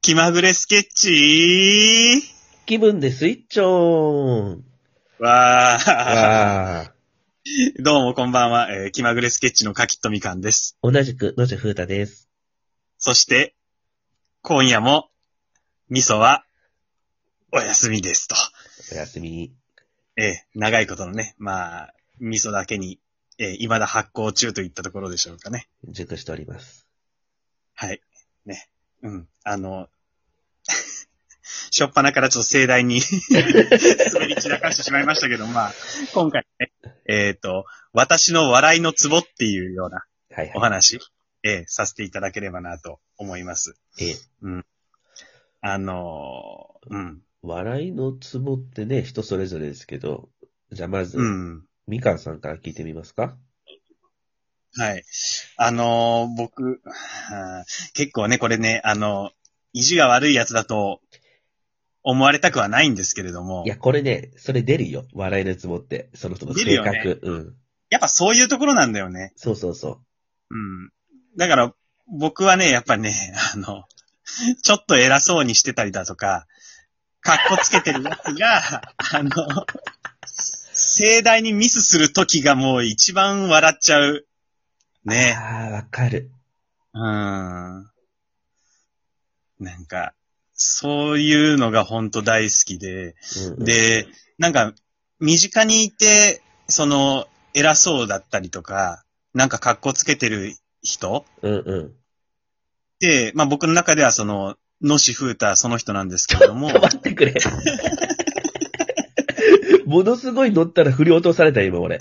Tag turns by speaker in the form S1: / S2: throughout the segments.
S1: 気まぐれスケッチ
S2: 気分でスイッチオン
S1: ーわー。
S2: わあ。
S1: どうもこんばんは、えー気まぐれスケッチのかきっとみかんです。
S2: 同じく、野瀬風太です。
S1: そして、今夜も、味噌は、お休みですと。
S2: おやすみ。
S1: えー長いことのね、まあ、味噌だけに、えー未だ発行中といったところでしょうかね。
S2: 熟しております。
S1: はい。ね。うん。あの、 しょっぱなからちょっと盛大に 滑り散らかしてしまいましたけど、まあ、今回ね、えっ、と、私の笑いのツボっていうような
S2: はい
S1: お
S2: は
S1: 話、えーさせていただければなと思います。
S2: い。ええ、
S1: あのーうん。
S2: 笑いのツボってね、人それぞれですけど、じゃあまず、
S1: うん。
S2: みかんさんから聞いてみますか
S1: はい。あのー僕、あー結構ね、これね、あの、意地が悪いやつだと思われたくはないんですけれども。
S2: いや、これね、それ出るよ。笑いのツボって、その人の性格。
S1: 出る
S2: うん。
S1: やっぱそういうところなんだよね。
S2: そうそうそ
S1: うん。だから、僕はね、やっぱね、あの、ちょっと偉そうにしてたりだとか、かっこつけてるやつが、 あの、盛大にミスするときがもう一番笑っちゃう。
S2: う。
S1: ね。
S2: ああ、わかる。
S1: うん。なんか、そういうのが本当大好きで、
S2: うん、うん、
S1: で、なんか、身近にいて、その、偉そうだったりとか、なんか格好つけてる人
S2: うんうん。
S1: って、まあ僕の中ではその、野志風太その人なんですけれど も、
S2: 待っ てくれ。ものすごい乗ったら振り落とされた、今俺。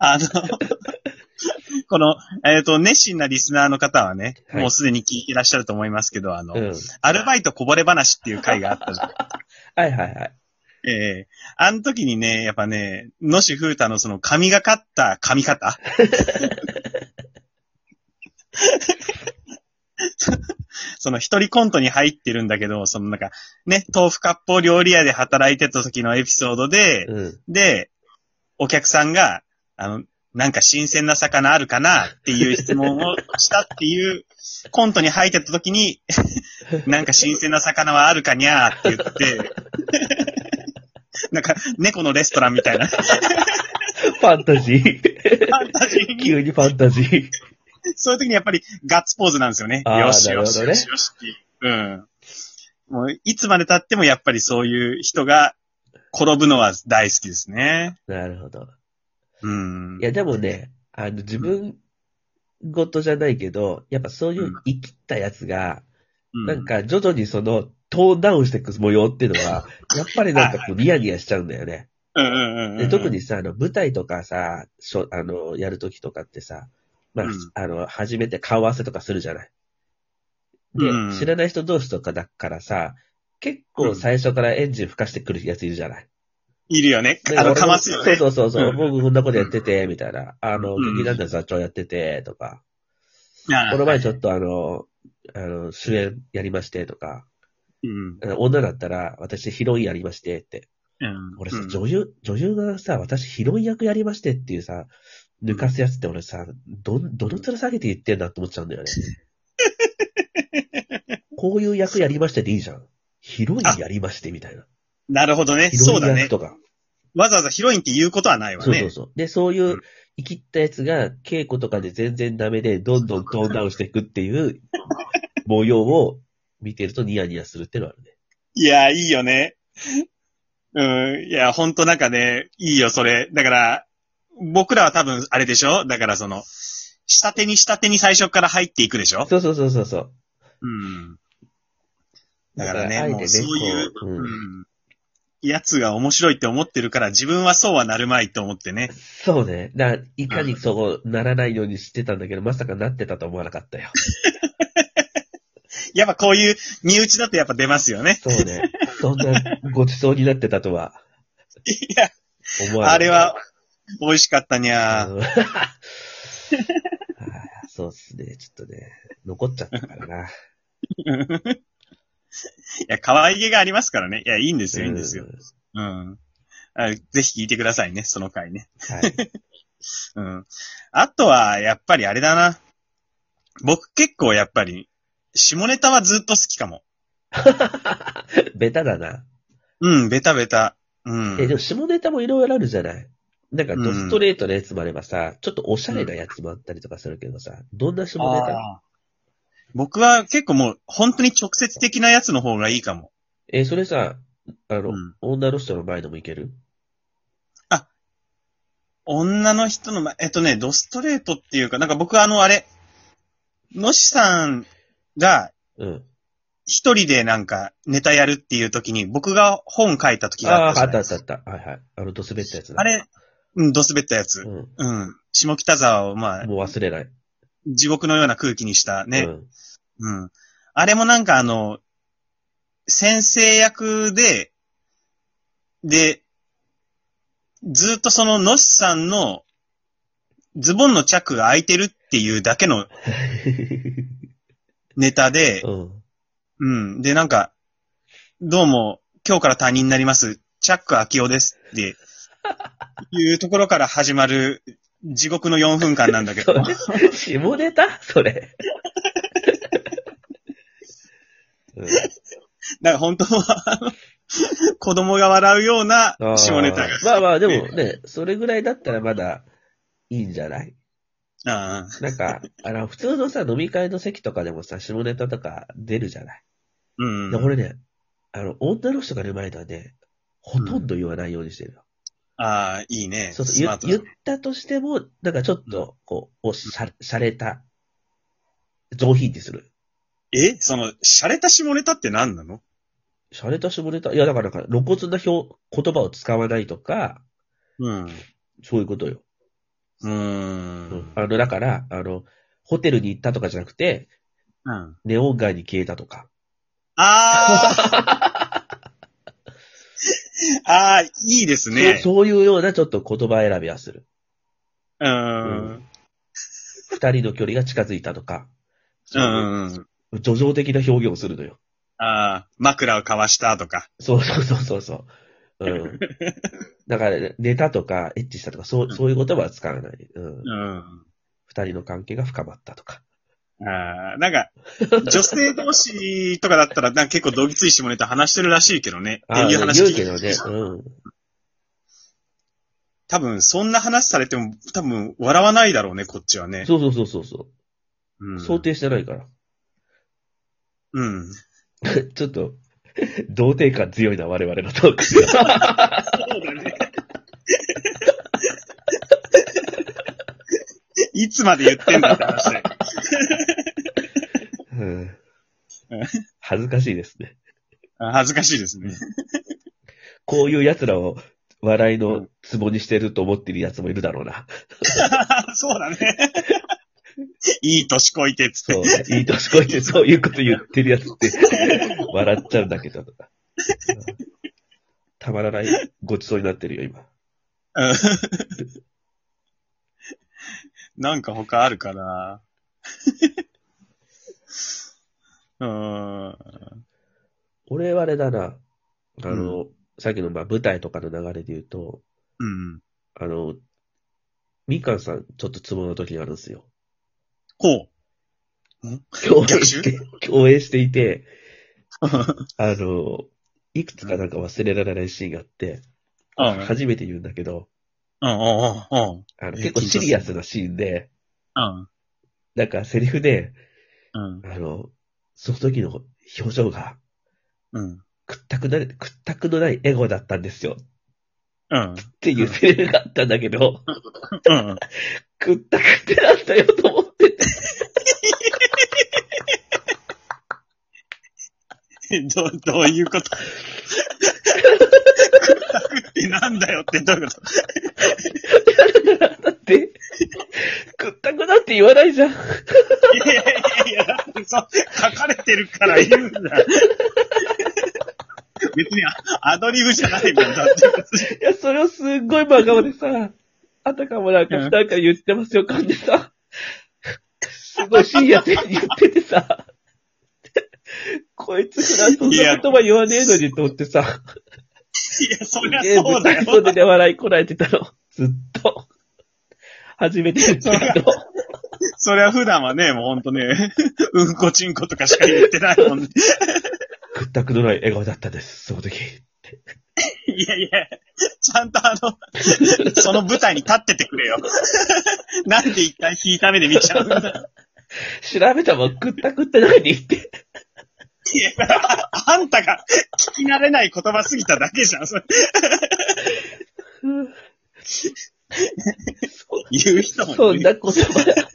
S1: あの、 この、えっ、と、熱心なリスナーの方はね、
S2: はい
S1: もうすでに聞いてらっしゃると思いますけど、あの、
S2: うん。
S1: アルバイトこぼれ話っていう回があったじゃ ん。
S2: はいはいはい。
S1: ええあの時にね、やっぱね、野志風太のその髪がかった髪型 その一人コントに入ってるんだけど、そのなんか、ね、豆腐割烹料理屋で働いてた時のエピソードで、
S2: うん。
S1: で、お客さんが、あの、なんか新鮮な魚あるかなっていう質問をしたっていうコントに入ってた時に、 なんか新鮮な魚はあるかにゃーって言って、なんか猫のレストランみたいな フ
S2: ファンタジー。
S1: ァンタジーに、
S2: 急にファンタジー。
S1: そういう時にやっぱりガッツポーズなんですよね。
S2: あー
S1: よし
S2: なる
S1: よ
S2: ほ
S1: し
S2: どね
S1: よしよしっていう。うん。もういつまで経ってもやっぱりそういう人が転ぶのは大好きですね。
S2: なるほど。
S1: うん
S2: い。や、でもね、あの、自分ごとじゃないけど、やっぱそういう生きったやつが、
S1: う
S2: なん、か徐々にその、トーンダウンしていく模様っていうのは、やっぱりなんかこうニヤニヤしちゃうんだよね。
S1: うんうんうんうん
S2: で特にさ、あの、舞台とかさ、しょあの、やるときとかってさ、まあ、
S1: うん
S2: あの、初めて顔合わせとかするじゃない。で、
S1: うん
S2: 知らない人同士とかだからさ、結構最初からエンジン吹かしてくるやついるじゃない。
S1: いるよね。
S2: なん
S1: あの、
S2: 俺
S1: か
S2: も
S1: ますよね。
S2: そうそうそうそう。
S1: うん
S2: 僕こんなことやってて、みたいな。あの、
S1: うん
S2: 劇団の座長やってて、とか。
S1: ああ
S2: この前ちょっとあの、あの、主演やりまして、とか。
S1: うん。
S2: あの女だったら、私ヒロインやりまして、って。
S1: うん
S2: 俺さ、
S1: うん
S2: 女優、女優がさ、私ヒロイン役やりましてっていうさ、抜かすやつって俺さ、ど、どの面下げて言ってんだって思っちゃうんだ よね。こういう役やりましてでいいじゃん。ヒロインやりまして、みたいな。
S1: なるほどね。
S2: ヒロ
S1: そ
S2: イ
S1: う
S2: ン
S1: だ
S2: 役
S1: ね。
S2: とか。
S1: わざわざヒロインって言うことはないわ
S2: そう
S1: ね。
S2: そうそう。で、そういううん生きったやつが稽古とかで全然ダメで、どんどんトーンダウンしていくっ ていう模様を見てるとニヤニヤするっていうのはあるね。
S1: いや、いいよね。 うん。いや、ほんとなんかね、いいよ、それ。だから、僕らは多分、あれでしょだからその、下手に下手に最初から入っていくでしょ
S2: そうそうそうそうそう。
S1: うん。だから
S2: あ
S1: ね、
S2: え
S1: も
S2: て
S1: うそういう、
S2: こう
S1: う
S2: うん
S1: ん。やつが面白いって思ってるから、自分はそうはなるまいと思ってね。
S2: そうね。だいかにそうならないようにしてたんだけど、まさかなってたと思わなかったよ。
S1: やっぱこういう身内だとやっぱ出ますよね。
S2: そうね。そんなごちそうになってたとはい
S1: や、
S2: 思わない。
S1: あれは、美味しかったにゃー。
S2: うん。 あーそうっすね。ちょっとね、残っちゃったから な。
S1: いや、可愛げがありますからね。いや、いいんですよ、いいんですよ
S2: う。ん
S1: うん。あぜひ聞いてくださいね、その回ね。
S2: はい。
S1: うん。あとは、やっぱりあれだな。僕結構やっぱり、下ネタはずっと好きかも。
S2: ベタだな。
S1: うん、ベタベタ。うん。
S2: え、でも下ネタもいろいろあるじゃない。なんかドストレートなやつもあればさ、ちょっとおしゃれなやつもあったりとかするけどさ、どんな下ネタ
S1: あー僕は結構もう、本当に直接的なやつの方がいいかも。
S2: え、それさ、あの、
S1: うん
S2: 女の人の前でもいける
S1: 女の人の前、えっとね、ドストレートっていうか、なんか僕はあの、あれ、のしさんが
S2: うん。
S1: 一人でなんかネタやるっていう時に、僕が本書いた時があ
S2: あ
S1: っ
S2: あ
S1: た
S2: ー、
S1: じ
S2: あ
S1: ゃないです
S2: ったあったあ
S1: か。
S2: った。はいはい。あの、ドスベったやつな
S1: あれ、うん、ドスベったやつ
S2: う。ん。
S1: うん。下北沢を、まあ、
S2: もう忘れない。
S1: 地獄のような空気にしたね。
S2: うん。
S1: うん。あれもなんかあの、先生役で、で、ずっとその、のしさんの、ズボンのチャックが開いてるっていうだけのネタで、
S2: うん。
S1: うん。で、なんか、どうも、今日から担任になります、チャック秋夫です って、いうところから始まる、地獄の4分間なんだけ
S2: そ
S1: ど。
S2: れ、下ネタそれ。 うん
S1: なんか本当は、あの子供が笑うような
S2: あー
S1: 下ネタが。
S2: まあまあ、でもね、それぐらいだったらまだいいんじゃない
S1: ああ
S2: なんか、あの、普通のさ、飲み会の席とかでもさ、下ネタとか出るじゃない。
S1: うん。
S2: で俺ね、あの、女の人がいる前ではね、ほとんど言わないようにしてるよ。
S1: ああ、いいね。
S2: そうそう
S1: スマート
S2: 言言ったとしても、なんかちょっと、こう、おしゃ、しゃれた、上品にする。
S1: えその、洒落た下ネタって何なの
S2: しゃれた下ネタいや、だからなんか露骨な表、言葉を使わないとか、
S1: うん。う
S2: そういうことよ。
S1: ーん。
S2: あの、だから、あの、ホテルに行ったとかじゃなくて、
S1: うん。
S2: ネオン街に消えたとか。
S1: ああ ああ、いいですね。
S2: そうそういうようなちょっと言葉選びはする。
S1: うーん。
S2: 二人の距離が近づいたとか。
S1: う
S2: そい
S1: んうん。
S2: う叙情的な表現をするのよ。
S1: ああ、枕を交わしたとか。
S2: そうそうそうそうそ う。うん。だから、ね、ネタとか、エッチしたとか、そう、そういう言葉は使わない。うん。
S1: うん。
S2: 二人の関係が深まったとか。
S1: ああ、なん か、女性同士とかだったら、なんか結構どぎつい下ネタ話してるらしいけどね。って
S2: ああ、
S1: いう
S2: 言
S1: 話聞
S2: う
S1: いて
S2: けどね。うん。
S1: 多分、そんな話されても、多分、笑わないだろうね、こっちはね。
S2: そうそうそうそうそうう。
S1: ん
S2: 想定してないから。
S1: うん。
S2: ちょっと、童貞感強いな、我々のトーク。
S1: そうだね。いつまで言ってんだって話だよ。
S2: うん。恥ずかしいですね。
S1: あ恥ずかしいですね。
S2: こういう奴らを笑いのツボにしてると思ってる奴もいるだろうな。
S1: そうだね。いい年こいてっつって。
S2: そう、いい年こいてそういうこと言ってる奴 って、笑っちゃうんだけどとか。うんたまらないごちそうになってるよ、今。
S1: うんなんか他あるかな うーん。
S2: 俺はあれだな。あの、さっきのまあ舞台とかの流れで言うと、
S1: うん。
S2: あの、みかんさん、ちょっとツボの時があるんですよ。
S1: こ
S2: 共演
S1: 逆
S2: し
S1: 襲
S2: て、共演していて、
S1: う。
S2: あの、いくつかなんか忘れられないシーンがあって、
S1: うん。うん。
S2: 初めて言うんだけど、
S1: うん。うん。うん。
S2: あの
S1: え
S2: 結構シリアスなシーンで、
S1: うん。
S2: なんかセリフで、
S1: うん。
S2: あの、その時の表情が、
S1: うん。
S2: 屈託な、屈託のないエゴだったんですよ。
S1: うん。
S2: っていうセリフがあったんだけど、
S1: うん。
S2: 屈託ってなんだよと思ってて。
S1: ど、どういうこと 屈託ってなんだよってどういうこと
S2: だって、屈託なんて言わないじゃん。
S1: いやいやいや、だってそう、書かれてるから言うんだ。別にアドリブじゃないもんだって。
S2: いや、それをすっごい真顔でさ、あたかもなんか、
S1: うん
S2: なんか言ってますよ、感じさ。すごい深夜で言っててさ、こいつ普段そんな言葉言わねえのにと思ってさ、
S1: いや、そりゃ
S2: ええ
S1: そうだ
S2: 舞台袖
S1: よ。
S2: で笑いこらえてたの、ずっと。初めて言ったけど、
S1: それは普段はね、もうほんとね、 うんこちんことかしか言ってないもんね。
S2: 屈託のない笑顔だったです、その時。
S1: いやいや、ちゃんとあの、その舞台に立っててくれよ。なんで一回引いた目で見ちゃうんだ。
S2: 調べたもん、屈託って何言って。
S1: いやあんたが聞き慣れない言葉すぎただけじゃん。それ言う人
S2: そ
S1: もい
S2: ん
S1: る。
S2: な言葉、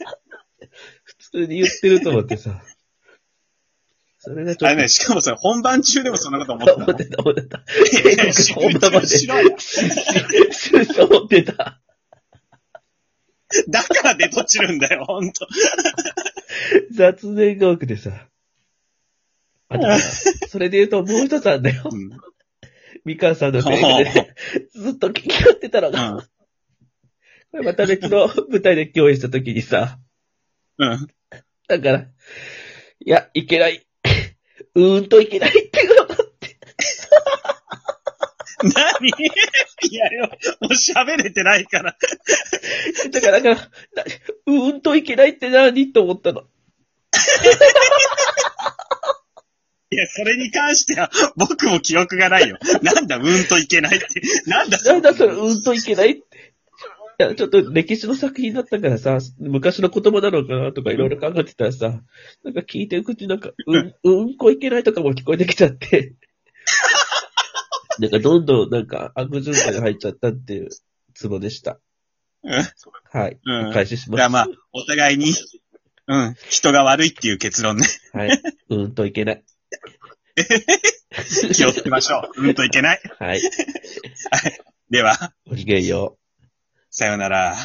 S2: 普通に言ってると思ってさ。それがち
S1: あ
S2: ょっ
S1: れ
S2: と
S1: ね、しかもそれ本番中でもそんなこと思ってたの
S2: 思っ。てた、思ってた。
S1: いやいやし
S2: 本番まで
S1: しろ よ
S2: 思ってた。
S1: だから出とちるんだよ、ほんと。
S2: 雑念が多くてさ。あと、それで言うともう一つあんだよ。
S1: うん
S2: みかんさんのせいで、 ね、ずっと聞き合ってたの
S1: う
S2: が、
S1: ん。
S2: これまた別の舞台で共演した時にさ、
S1: うん。
S2: だから、いや、いけない。 うーんといけないっていうのが
S1: 何 いやよ、もう喋れてないから。
S2: だから、だから、なうーんといけないって何と思ったの。
S1: いや、それに関しては、 僕も記憶がないよ。 なんだ、うんといけないって。 なんだ、
S2: なんだそれ、うーんといけないって。いや、ちょっと歴史の作品だったからさ、昔の言葉なのかなとかいろいろ考えてたらさ、なんか聞いてる口なんか、うん、うんこいけないとかも聞こえてきちゃって。なんかどんどんなんか悪循環が入っちゃったっていうツボでした。はい。
S1: うん。うん。
S2: 開始し
S1: だ
S2: ま
S1: から
S2: す。
S1: まあ、お互いに、うん、人が悪いっていう結論ね。
S2: はい。うんといけ ない。
S1: 気をつけましょう。うんといけない。
S2: はい。
S1: では、
S2: ごきげんよう。
S1: さようなら。